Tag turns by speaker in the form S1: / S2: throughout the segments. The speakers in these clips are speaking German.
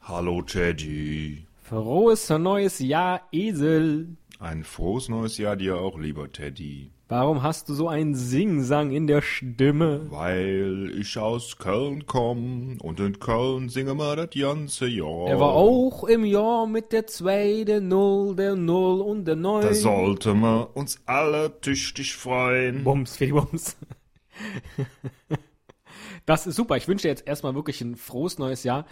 S1: Hallo Teddy.
S2: Frohes neues Jahr, Esel.
S1: Ein frohes neues Jahr dir auch, lieber Teddy.
S2: Warum hast du so einen Singsang in der Stimme?
S1: Weil ich aus Köln komm und in Köln singe mal das ganze Jahr.
S2: Er war
S1: Oh.
S2: auch im Jahr mit der 2, der 0, der 0 und der 9.
S1: Da sollte man uns alle tüchtig freuen.
S2: Bums, für die Bums. Das ist super. Ich wünsche dir jetzt erstmal wirklich ein frohes neues Jahr.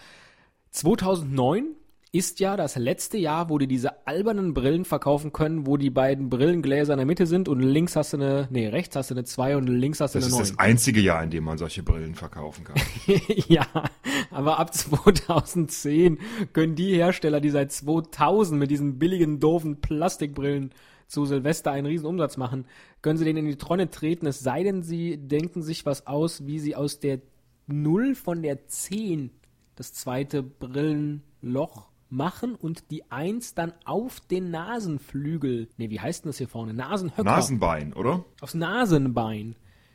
S2: 2009 ist ja das letzte Jahr, wo die diese albernen Brillen verkaufen können, wo die beiden Brillengläser in der Mitte sind und links hast du eine, nee, rechts hast du eine 2 und links hast du
S1: Das
S2: eine
S1: ist
S2: 9.
S1: das einzige Jahr, in dem man solche Brillen verkaufen kann.
S2: ja, aber ab 2010 können die Hersteller, die seit 2000 mit diesen billigen, doofen Plastikbrillen zu Silvester einen riesen Umsatz machen, können sie denen in die Tronne treten, es sei denn, sie denken sich was aus, wie sie aus der 0 von der 10 das zweite Brillenloch machen und die 1 dann auf den Nasenflügel, nee, wie heißt denn das hier vorne? Nasenhöcker.
S1: Nasenbein, oder?
S2: Aufs Nasenbein.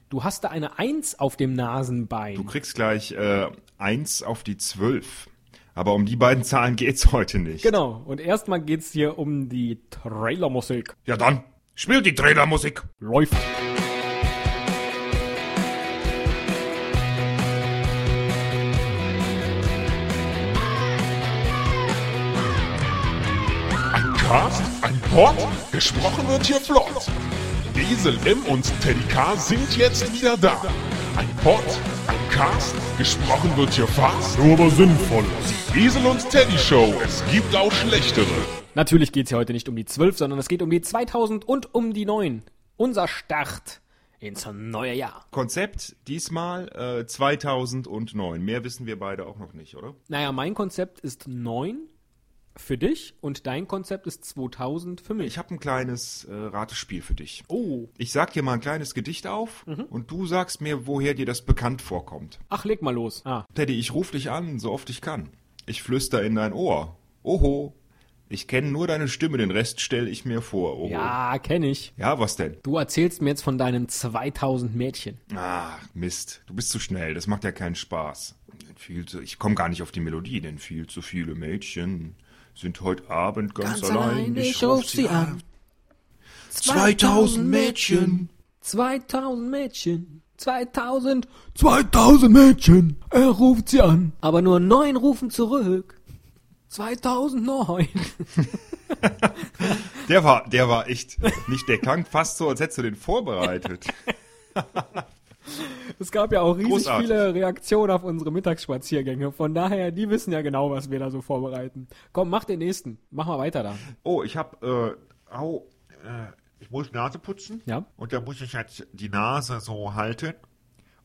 S2: Du hast da eine 1 auf dem Nasenbein.
S1: Du kriegst gleich äh, eins auf die zwölf. Aber um die beiden Zahlen geht's heute nicht.
S2: Genau, und erstmal geht's hier um die Trailermusik.
S1: Ja dann, spielt die Trailermusik.
S2: Läuft.
S3: Cast, ein Pod, gesprochen wird hier flott. Esel M und Teddy K sind jetzt wieder da. Ein Pod, ein Cast, gesprochen wird hier fast, nur aber sinnvoll. Die Esel und Teddy Show, es gibt auch schlechtere.
S2: Natürlich geht's hier heute nicht um die 12, sondern es geht um die 2000 und um die 9. Unser Start ins neue Jahr.
S1: Konzept diesmal äh, 2009. Mehr wissen wir beide auch noch nicht, oder?
S2: Naja, mein Konzept ist 9 für dich und dein Konzept ist 2000 für mich.
S1: Ich habe ein kleines äh, Ratespiel für dich.
S2: Oh, Mhm.
S1: Ich sag dir mal ein kleines Gedicht auf und du sagst mir, woher dir das bekannt vorkommt.
S2: ach, leg mal los. Ah,
S1: Teddy, ich ruf dich an, so oft ich kann. Ich flüster in dein Ohr. Oho. Ich kenne nur deine Stimme, den Rest stelle ich mir vor. Oho.
S2: ja, kenne ich.
S1: Ja, was denn?
S2: Du erzählst mir jetzt von deinen 2000 Mädchen.
S1: Ach, Mist. Du bist zu schnell. Das macht ja keinen Spaß. Denn Viel zu, ich komme gar nicht auf die Melodie, denn viel zu viele Mädchen sind heute Abend ganz, allein. ruf
S2: an.
S1: 2000 Mädchen.
S2: 2000 Mädchen. 2000. 2000 Mädchen. Er ruft sie an. Aber nur neun rufen zurück. 2009.
S1: Der war, der war echt nicht, der klang fast so, als hättest du den vorbereitet.
S2: Es gab ja auch riesig
S1: Großartig.
S2: viele Reaktionen auf unsere Mittagsspaziergänge. Von daher, die wissen ja genau, was wir da so vorbereiten. Komm, mach den nächsten. Mach mal weiter da.
S3: Oh, ich hab, äh, au, äh, ich muss Nase putzen.
S2: Ja.
S3: Und da muss ich jetzt die Nase so halten.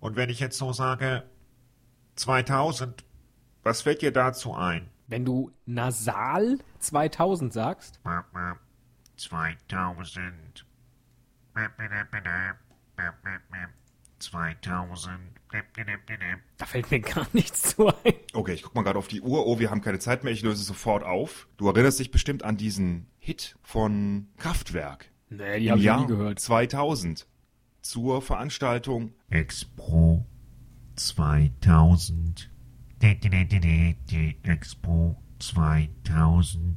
S3: Und wenn ich jetzt so sage, 2000, was fällt dir dazu ein?
S2: Wenn du nasal 2000 sagst,
S3: 2000. 2000.
S2: da fällt mir gar nichts zu ein.
S1: Okay, ich guck mal gerade auf die Uhr. Oh, wir haben keine Zeit mehr. Ich löse sofort auf. Du erinnerst dich bestimmt an diesen Hit von Kraftwerk
S2: Nee, die
S1: im
S2: hab ich
S1: Jahr
S2: nie gehört.
S1: 2000 zur Veranstaltung.
S3: Expo 2000. Die, die, die, die, die, die Expo 2000.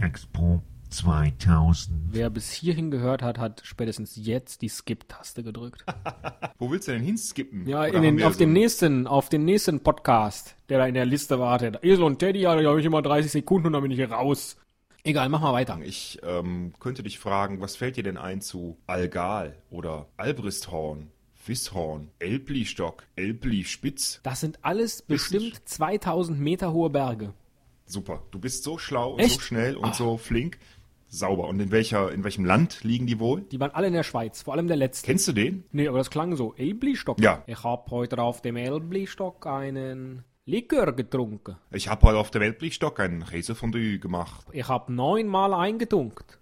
S3: Expo 2000.
S2: Wer bis hierhin gehört hat, hat spätestens jetzt die Skip-Taste gedrückt.
S1: Wo willst du denn hinskippen?
S2: Ja,
S1: Oder
S2: in
S1: haben
S2: den,
S1: wir
S2: auf
S1: so
S2: dem Ne-
S1: ein-
S2: nächsten, auf den nächsten Podcast, der da in der Liste wartet. Esel und Teddy, ja, da habe ich immer 30 Sekunden und dann bin ich raus. Egal, mach mal weiter.
S1: Ich ähm, könnte dich fragen, was fällt dir denn ein zu Algal oder Albristhorn, Wisshorn, Elblistock, Elblispitz?
S2: Das sind alles bestimmt 2000 Meter hohe Berge.
S1: Super. Du bist so schlau und so
S2: Echt? Ah.
S1: schnell und so flink. Sauber. Und in welcher, in welchem Land liegen die wohl?
S2: Die waren alle in der Schweiz, vor allem der letzte.
S1: Kennst du den?
S2: Nee, aber das klang so. Elblistock.
S1: Ja.
S2: Ich hab heute auf dem Elblistock einen Likör getrunken.
S1: Ich habe heute auf der Weltblickstock einen Käsefondue gemacht.
S2: Ich hab neunmal eingetunkt.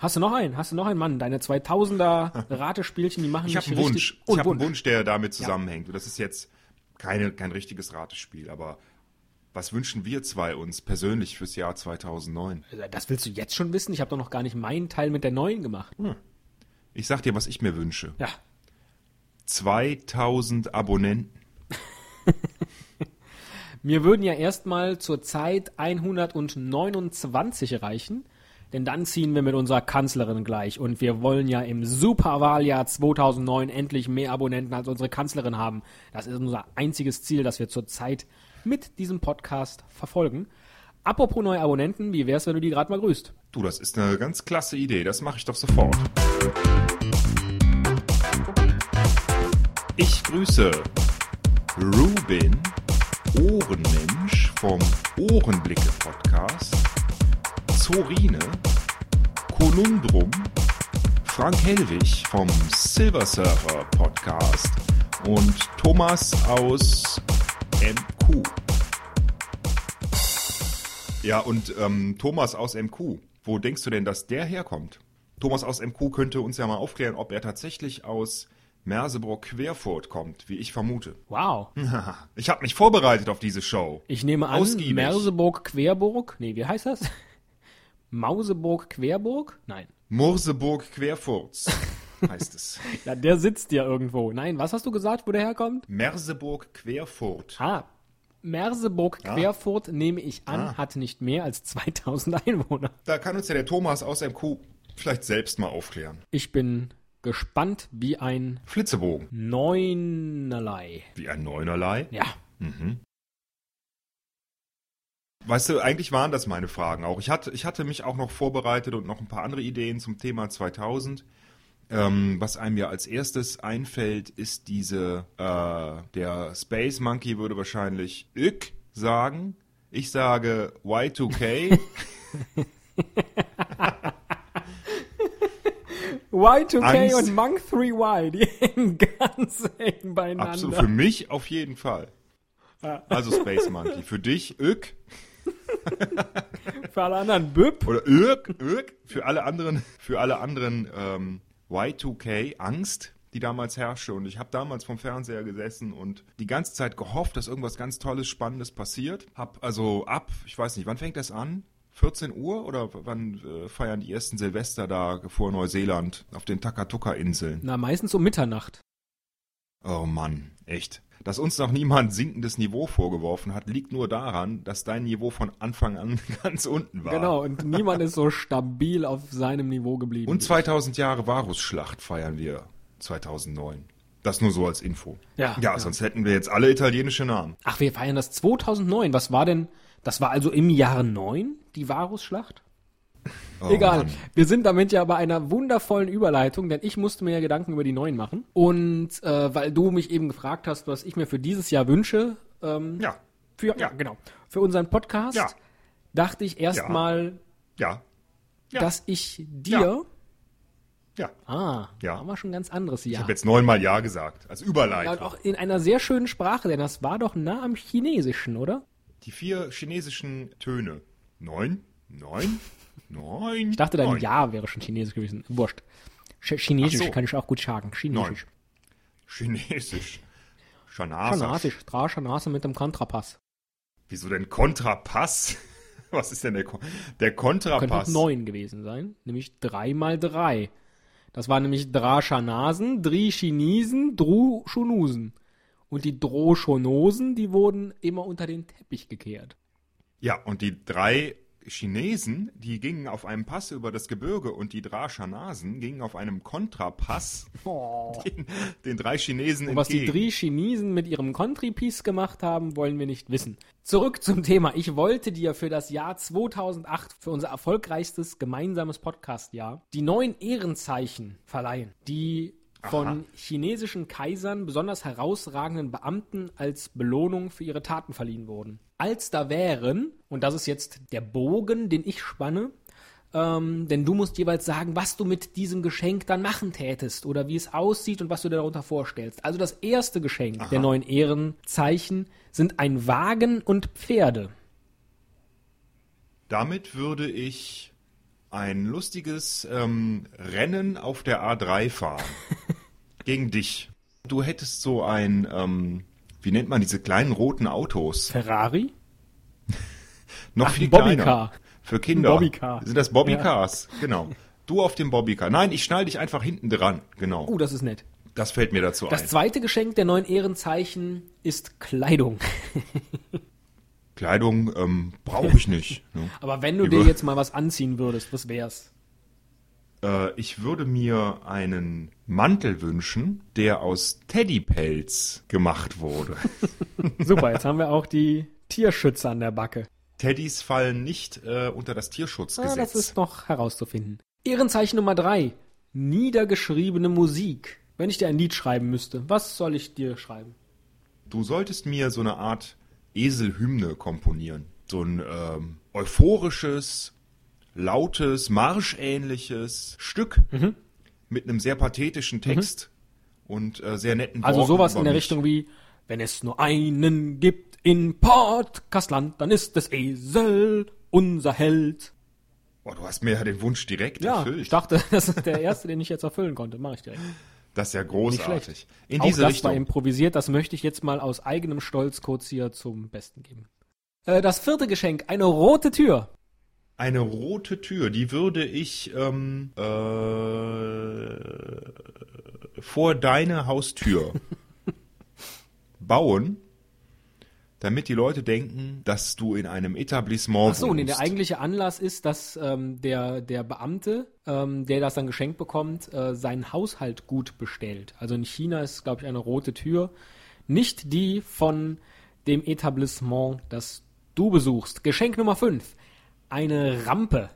S2: hast du noch einen? Hast du noch einen Mann? Deine 2000er Ratespielchen, die machen
S1: Ich habe
S2: mich
S1: einen
S2: richtig.
S1: Wunsch. Ich
S2: Und
S1: habe einen
S2: Wunsch.
S1: Wunsch, der damit zusammenhängt. Und das ist jetzt keine, kein richtiges Ratespiel, aber was wünschen wir zwei uns persönlich fürs Jahr 2009?
S2: Äh, Das willst du jetzt schon wissen? Ich habe doch noch gar nicht meinen Teil mit der neuen gemacht.
S1: Ich sag dir, was ich mir wünsche.
S2: Ja.
S1: 2000 Abonnenten.
S2: Mir würden ja erstmal zur Zeit 129 reichen, denn dann ziehen wir mit unserer Kanzlerin gleich und wir wollen ja im Superwahljahr 2009 endlich mehr Abonnenten als unsere Kanzlerin haben. Das ist unser einziges Ziel, das wir zurzeit mit diesem Podcast verfolgen. Apropos neue Abonnenten, wie wär's, wenn du die gerade mal grüßt?
S1: Du, das ist eine ganz klasse Idee. Das mache ich doch sofort. Ich grüße Ruben, Ohrenmensch vom Ohrenblicke Podcast, Zorine, Konundrum, Frank Hellwig vom Silver Surfer Podcast und Thomas aus MQ. Ja, und ähm, Thomas aus MQ, wo denkst du denn, dass der herkommt? Thomas aus MQ könnte uns ja mal aufklären, ob er tatsächlich aus Merseburg-Querfurt kommt, wie ich vermute. Ah,
S2: Wow.
S1: Ich habe mich vorbereitet auf diese Show.
S2: Ich nehme an,
S1: Ausgiebig.
S2: Merseburg-Querburg. Nee, wie heißt das? Mauseburg-Querburg? Nein.
S1: Murseburg-Querfurz heißt es.
S2: Ja, der sitzt ja irgendwo. Nein, was hast du gesagt, wo der herkommt?
S1: Merseburg-Querfurt.
S2: Ah,
S1: Ah.
S2: Merseburg-Querfurt, nehme ich an, hat nicht mehr als 2000 Einwohner.
S1: Da kann uns ja der Thomas aus MQ vielleicht selbst mal aufklären.
S2: Ich bin gespannt wie ein
S1: Flitzebogen.
S2: Neunerlei.
S1: Wie ein Neunerlei.
S2: Ja,
S1: Weißt du, eigentlich waren das meine Fragen auch. Ich hatte, ich hatte mich auch noch vorbereitet und noch ein paar andere Ideen zum Thema 2000. Ähm, was einem ja als erstes einfällt, ist diese, äh, der Space Monkey würde wahrscheinlich Ick sagen. Ich sage Y2K.
S2: Y2K
S1: Angst.
S2: und Monk 3Y, die hängen ganz eng beieinander.
S1: Absolut, für mich auf jeden Fall. Also Space Monkey. Für dich Ick
S2: Für alle anderen Büpp.
S1: oder Irk, Irk. Für alle anderen, für alle anderen ähm, Y2K Angst, die damals herrschte. Und ich habe damals vom Fernseher gesessen und die ganze Zeit gehofft, dass irgendwas ganz Tolles, Spannendes passiert. Hab also ab, ich weiß nicht, wann fängt das an? 14 Uhr oder w- wann äh, feiern die ersten Silvester da vor Neuseeland auf den Takatuka-Inseln?
S2: Na, meistens um Mitternacht.
S1: Oh Mann, echt. Dass uns noch niemand sinkendes Niveau vorgeworfen hat, liegt nur daran, dass dein Niveau von Anfang an ganz unten war.
S2: Genau, und niemand ist so stabil auf seinem Niveau geblieben.
S1: Und 2000 Jahre Varusschlacht feiern wir 2009. Das nur so als Info.
S2: Ja,
S1: ja,
S2: ja.
S1: sonst hätten wir jetzt alle italienische Namen.
S2: Ach, wir feiern das 2009. Was war denn? Das war also im Jahr 9, die Varusschlacht?
S1: Oh,
S2: Egal.
S1: Mann.
S2: Wir sind damit ja bei einer wundervollen Überleitung, denn ich musste mir ja Gedanken über die neuen machen. Und äh, weil du mich eben gefragt hast, was ich mir für dieses Jahr wünsche, ähm,
S1: Ja,
S2: für, ja. genau, für unseren Podcast,
S1: Ja.
S2: dachte ich erstmal,
S1: ja, Ja.
S2: dass ich dir.
S1: ja.
S2: Ah,
S1: Ja.
S2: haben wir schon ein ganz anderes
S1: Ich
S2: Jahr.
S1: habe jetzt neunmal Ja gesagt. Also Als
S2: Ja, und
S1: Überleitung.
S2: auch in einer sehr schönen Sprache, denn das war doch nah am Chinesischen, oder?
S1: Die vier chinesischen Töne. Neun, neun, neun.
S2: Ich dachte, dein
S1: neun.
S2: Ja wäre schon Chinesisch gewesen. Wurscht. Ch Chinesisch
S1: Ach so.
S2: kann ich auch gut sagen. Chinesisch.
S1: Chinesisch. Schanasa.
S2: Schanasisch. Straschanase mit dem Kontrapass.
S1: Wieso denn Kontrapass? Was ist denn der, Kon der
S2: Könnte auch
S1: Kontrapass?
S2: neun gewesen sein. Nämlich drei mal drei. Das waren nämlich Draschanasen, Drischinisen, Druschonusen. Und die Droschonosen, die wurden immer unter den Teppich gekehrt.
S1: Ja, und die drei Chinesen, die gingen auf einem Pass über das Gebirge und die Draschanasen gingen auf einem Kontrapass den, den drei Chinesen
S2: Und was die
S1: entgegen.
S2: drei Chinesen mit ihrem Country-Piece gemacht haben, wollen wir nicht wissen. Zurück zum Thema. Ich wollte dir für das Jahr 2008, für unser erfolgreichstes gemeinsames Podcast-Jahr, die neuen Ehrenzeichen verleihen, die von chinesischen Kaisern, besonders herausragenden Beamten als Belohnung für ihre Taten verliehen wurden. Als da wären, und das ist jetzt der Bogen, den ich spanne, ähm, denn du musst jeweils sagen, was du mit diesem Geschenk dann machen tätest oder wie es aussieht und was du dir darunter vorstellst. Also das erste Geschenk der neuen Ehrenzeichen sind ein Wagen und Pferde.
S1: Damit würde ich ein lustiges ähm, Rennen auf der A3 fahren. gegen dich. Du hättest so ein, ähm, wie nennt man diese kleinen roten Autos?
S2: Ferrari?
S1: Noch
S2: Ach,
S1: viel
S2: ein Bobbycar.
S1: kleiner. Für Kinder.
S2: Ein Bobbycar.
S1: Sind das Bobbycars? Genau. Du auf dem Bobbycar. Nein, ich schnall dich einfach hinten dran. Genau.
S2: Oh, das ist nett.
S1: Das fällt mir dazu
S2: Das
S1: ein.
S2: zweite Geschenk der neuen Ehrenzeichen ist Kleidung.
S1: Kleidung ähm, brauche ich nicht. ne?
S2: Aber wenn du
S1: Über-
S2: dir jetzt mal was anziehen würdest, was wär's?
S1: Äh, ich würde mir einen Mantel wünschen, der aus Teddypelz gemacht wurde.
S2: Super, jetzt haben wir auch die Tierschützer an der Backe.
S1: Teddys fallen nicht äh, unter das Tierschutzgesetz.
S2: Ah, das ist noch herauszufinden. Ehrenzeichen Nummer drei. Niedergeschriebene Musik. Wenn ich dir ein Lied schreiben müsste, was soll ich dir schreiben?
S1: Du solltest mir so eine Art Eselhymne komponieren. So ein ähm, euphorisches, lautes, marschähnliches Stück
S2: Mhm.
S1: mit einem sehr pathetischen Text und äh, sehr netten
S2: Also
S1: Worten
S2: sowas
S1: über
S2: in der
S1: mich.
S2: Richtung wie, wenn es nur einen gibt in Podcastland, dann ist es Esel, unser Held.
S1: Oh, du hast mir ja den Wunsch direkt
S2: Ja,
S1: erfüllt.
S2: ich dachte, das ist der erste, den ich jetzt erfüllen konnte. Mache ich direkt.
S1: das ist ja
S2: Nicht
S1: großartig.
S2: schlecht.
S1: In
S2: Auch
S1: diese
S2: das war
S1: Richtung.
S2: improvisiert, das möchte ich jetzt mal aus eigenem Stolz kurz hier zum Besten geben. Äh, das vierte Geschenk, eine rote Tür.
S1: Eine rote Tür, die würde ich ähm, äh, vor deine Haustür bauen, damit die Leute denken, dass du in einem Etablissement
S2: Ach so, nee,
S1: wohnst.
S2: der eigentliche Anlass ist, dass ähm, der, der Beamte, ähm, der das dann geschenkt bekommt, äh, seinen Haushalt gut bestellt. Also in China ist, glaube ich, eine rote Tür. Nicht die von dem Etablissement, das du besuchst. Geschenk Nummer 5. Eine Rampe.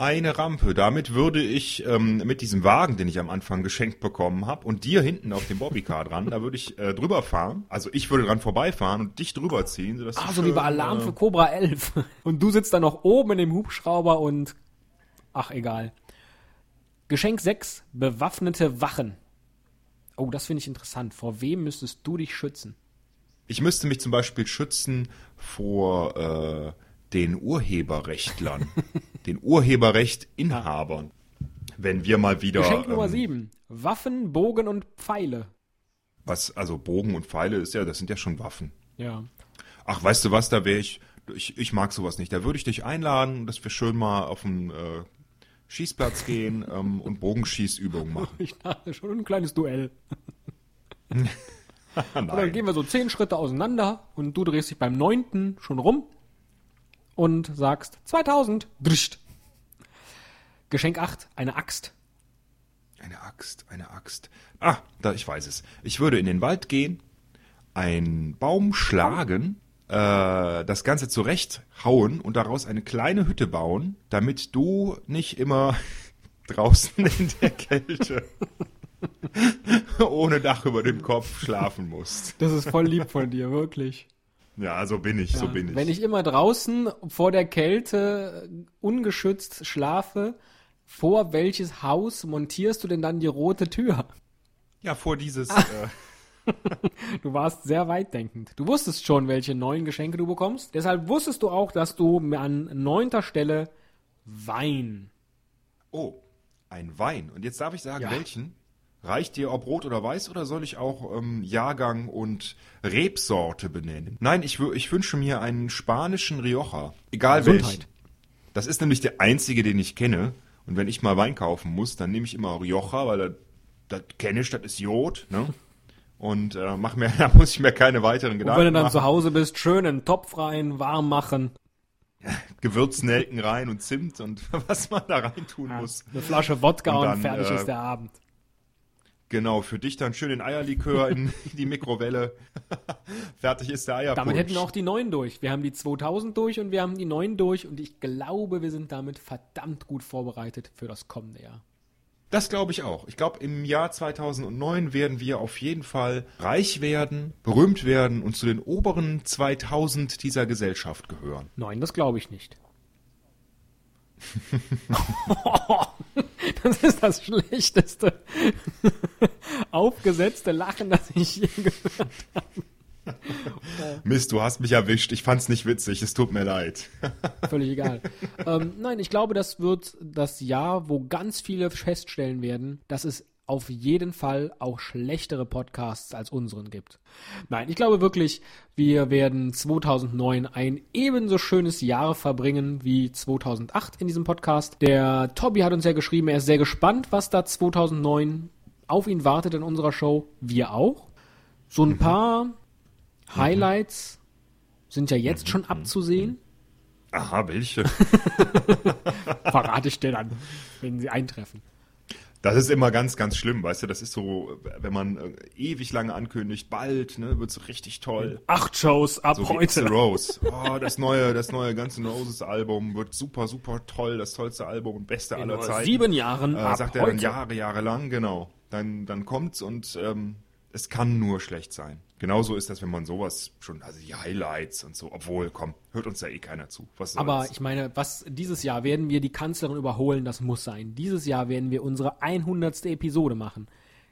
S1: Eine Rampe, damit würde ich ähm, mit diesem Wagen, den ich am Anfang geschenkt bekommen habe, und dir hinten auf dem Bobbycar dran, da würde ich äh, drüber fahren. Also ich würde dran vorbeifahren und dich drüber ziehen. Sodass du
S2: Ah, so
S1: schön,
S2: wie bei Alarm
S1: äh,
S2: für Cobra 11. Und du sitzt dann noch oben in dem Hubschrauber und. Ach, egal. Geschenk 6. Bewaffnete Wachen. Oh, das finde ich interessant. Vor wem müsstest du dich schützen?
S1: Ich müsste mich zum Beispiel schützen vor äh, den Urheberrechtlern, den Urheberrechtinhabern, wenn wir mal wieder
S2: Geschenk Nummer
S1: ähm,
S2: 7. Waffen, Bogen und Pfeile.
S1: was also Bogen und Pfeile ist ja, das sind ja schon Waffen.
S2: Ja.
S1: Ach, weißt du was, da wäre ich, ich ich mag sowas nicht. Da würde ich dich einladen, dass wir schön mal auf den äh, Schießplatz gehen ähm, und Bogenschießübungen machen.
S2: Ich dachte schon ein kleines Duell. Und dann
S1: Nein.
S2: gehen wir so zehn Schritte auseinander und du drehst dich beim neunten schon rum und sagst 2000. Drischt. Geschenk 8. Eine Axt.
S1: Eine Axt, eine Axt. Ah, da ich weiß es. Ich würde in den Wald gehen, einen Baum schlagen, äh, das Ganze zurechthauen und daraus eine kleine Hütte bauen, damit du nicht immer draußen in der Kälte ohne Dach über dem Kopf schlafen musst.
S2: Das ist voll lieb von dir, wirklich.
S1: Ja, so bin ich, so
S2: Ja.
S1: bin ich.
S2: Wenn ich immer draußen vor der Kälte äh, ungeschützt schlafe, vor welches Haus montierst du denn dann die rote Tür?
S1: ja, vor dieses.
S2: Ah.
S1: Äh,
S2: Du warst sehr weitdenkend. Du wusstest schon, welche neuen Geschenke du bekommst. Deshalb wusstest du auch, dass du an neunter Stelle Wein.
S1: oh, ein Wein. Und jetzt darf ich sagen,
S2: Ja.
S1: welchen? Reicht dir ob rot oder weiß oder soll ich auch ähm, Jahrgang und Rebsorte benennen? Nein, ich, wü- ich wünsche mir einen spanischen Rioja. Egal
S2: Gesundheit.
S1: welchen. Das ist nämlich der einzige, den ich kenne. Und wenn ich mal Wein kaufen muss, dann nehme ich immer Rioja, weil das- das kenne ich, das ist Jod. Ne? Und äh, mach mir, da muss ich mir keine weiteren
S2: Und
S1: Gedanken
S2: wenn du dann
S1: machen.
S2: zu Hause bist, schön in den Topf rein, warm machen,
S1: Gewürznelken rein und Zimt und was man da rein tun muss.
S2: eine Flasche Wodka und,
S1: Und dann,
S2: fertig
S1: äh,
S2: ist der Abend.
S1: Genau, für dich dann schön den Eierlikör in die Mikrowelle. Fertig ist der Eierpunsch.
S2: Damit hätten wir auch die neun durch. Wir haben die 2000 durch und wir haben die neun durch und ich glaube, wir sind damit verdammt gut vorbereitet für das kommende Jahr.
S1: Das glaube ich auch. Ich glaube, im Jahr 2009 werden wir auf jeden Fall reich werden, berühmt werden und zu den oberen 2000 dieser Gesellschaft gehören.
S2: Nein, das glaube ich nicht. das ist das schlechteste aufgesetzte Lachen, das ich je gehört
S1: Mist, du hast mich erwischt. Ich fand's nicht witzig. Es tut mir leid.
S2: habe. Völlig egal. ähm, nein, ich glaube, das wird das Jahr, wo ganz viele feststellen werden, dass es auf jeden Fall auch schlechtere Podcasts als unseren gibt. Nein, ich glaube wirklich, wir werden 2009 ein ebenso schönes Jahr verbringen wie 2008 in diesem Podcast. Der Tobi hat uns ja geschrieben, er ist sehr gespannt, was da 2009 auf ihn wartet in unserer Show. Wir auch. So ein paar Highlights sind ja jetzt schon abzusehen.
S1: Aha, welche?
S2: Verrate ich dir dann, wenn sie eintreffen.
S1: Das ist immer ganz, ganz schlimm, weißt du? Das ist so, wenn man äh, ewig lange ankündigt, bald, ne, wird's richtig toll.
S2: Acht Shows ab
S1: So wie It's a
S2: heute.
S1: Rose. Oh, das neue, das neue ganze Roses Album wird super, super toll, das tollste Album und beste
S2: In
S1: aller
S2: nur
S1: Zeiten.
S2: Genau, sieben Jahren
S1: äh,
S2: ab
S1: sagt er dann
S2: heute.
S1: Jahre, Jahre lang, genau. Dann, dann kommt's und ähm, es kann nur schlecht sein. Genauso ist das, wenn man sowas schon, also die Highlights und so, obwohl, komm, hört uns ja eh keiner zu. Was soll's?
S2: Aber ich meine, was dieses Jahr werden wir die Kanzlerin überholen, das muss sein. Dieses Jahr werden wir unsere 100. Episode machen.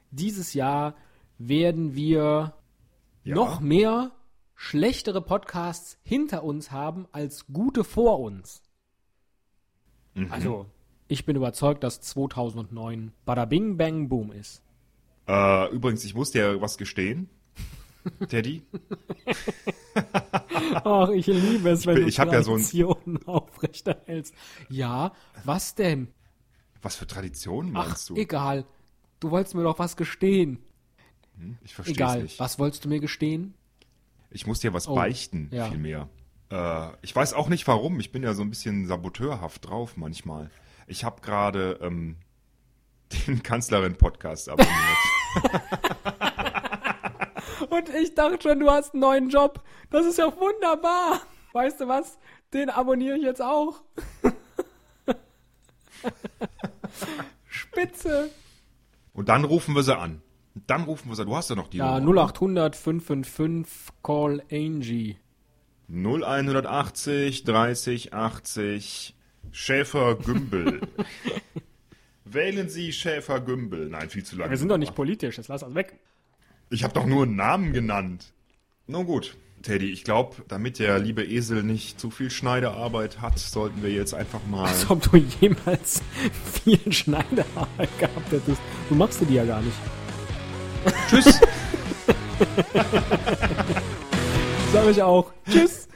S2: Dieses Jahr werden wir
S1: Ja.
S2: noch mehr schlechtere Podcasts hinter uns haben als gute vor uns.
S1: Mhm.
S2: Also, ich bin überzeugt, dass 2009 Bada Bing Bang Boom ist.
S1: äh, übrigens, ich muss dir was gestehen. Teddy,
S2: Ach, ich liebe es, wenn
S1: bin-
S2: du
S1: ich hab ja so ein-
S2: Traditionen aufrechterhältst. Ja, was denn?
S1: was für Tradition
S2: Ach,
S1: meinst du?
S2: egal. Du wolltest mir doch was gestehen.
S1: Ich versteh's
S2: Egal.
S1: nicht.
S2: Was wolltest du mir gestehen?
S1: Ich muss dir was
S2: Oh,
S1: beichten,
S2: ja.
S1: vielmehr. Äh, ich weiß auch nicht warum. Ich bin ja so ein bisschen saboteurhaft drauf manchmal. Ich habe gerade ähm, den Kanzlerin-Podcast abonniert.
S2: Und ich dachte schon, du hast einen neuen Job. Das ist ja wunderbar. Weißt du was? Den abonniere ich jetzt auch. Spitze.
S1: Und dann rufen wir sie an. Und Dann rufen wir sie Du hast ja noch die
S2: Ja,
S1: Nummer.
S2: 0800 555 Call Angie.
S1: 0180 30 80 Schäfer-Gümbel. Wählen Sie Schäfer-Gümbel. Nein, viel zu lange.
S2: Wir sind doch nicht politisch, jetzt lass das weg.
S1: Ich habe doch nur einen Namen genannt. Nun gut, Teddy, ich glaube, damit der liebe Esel nicht zu viel Schneiderarbeit hat, sollten wir jetzt einfach mal.
S2: Als ob du jemals viel Schneiderarbeit gehabt hättest. Du machst du die ja gar nicht.
S1: Tschüss!
S2: Sag ich auch. Tschüss.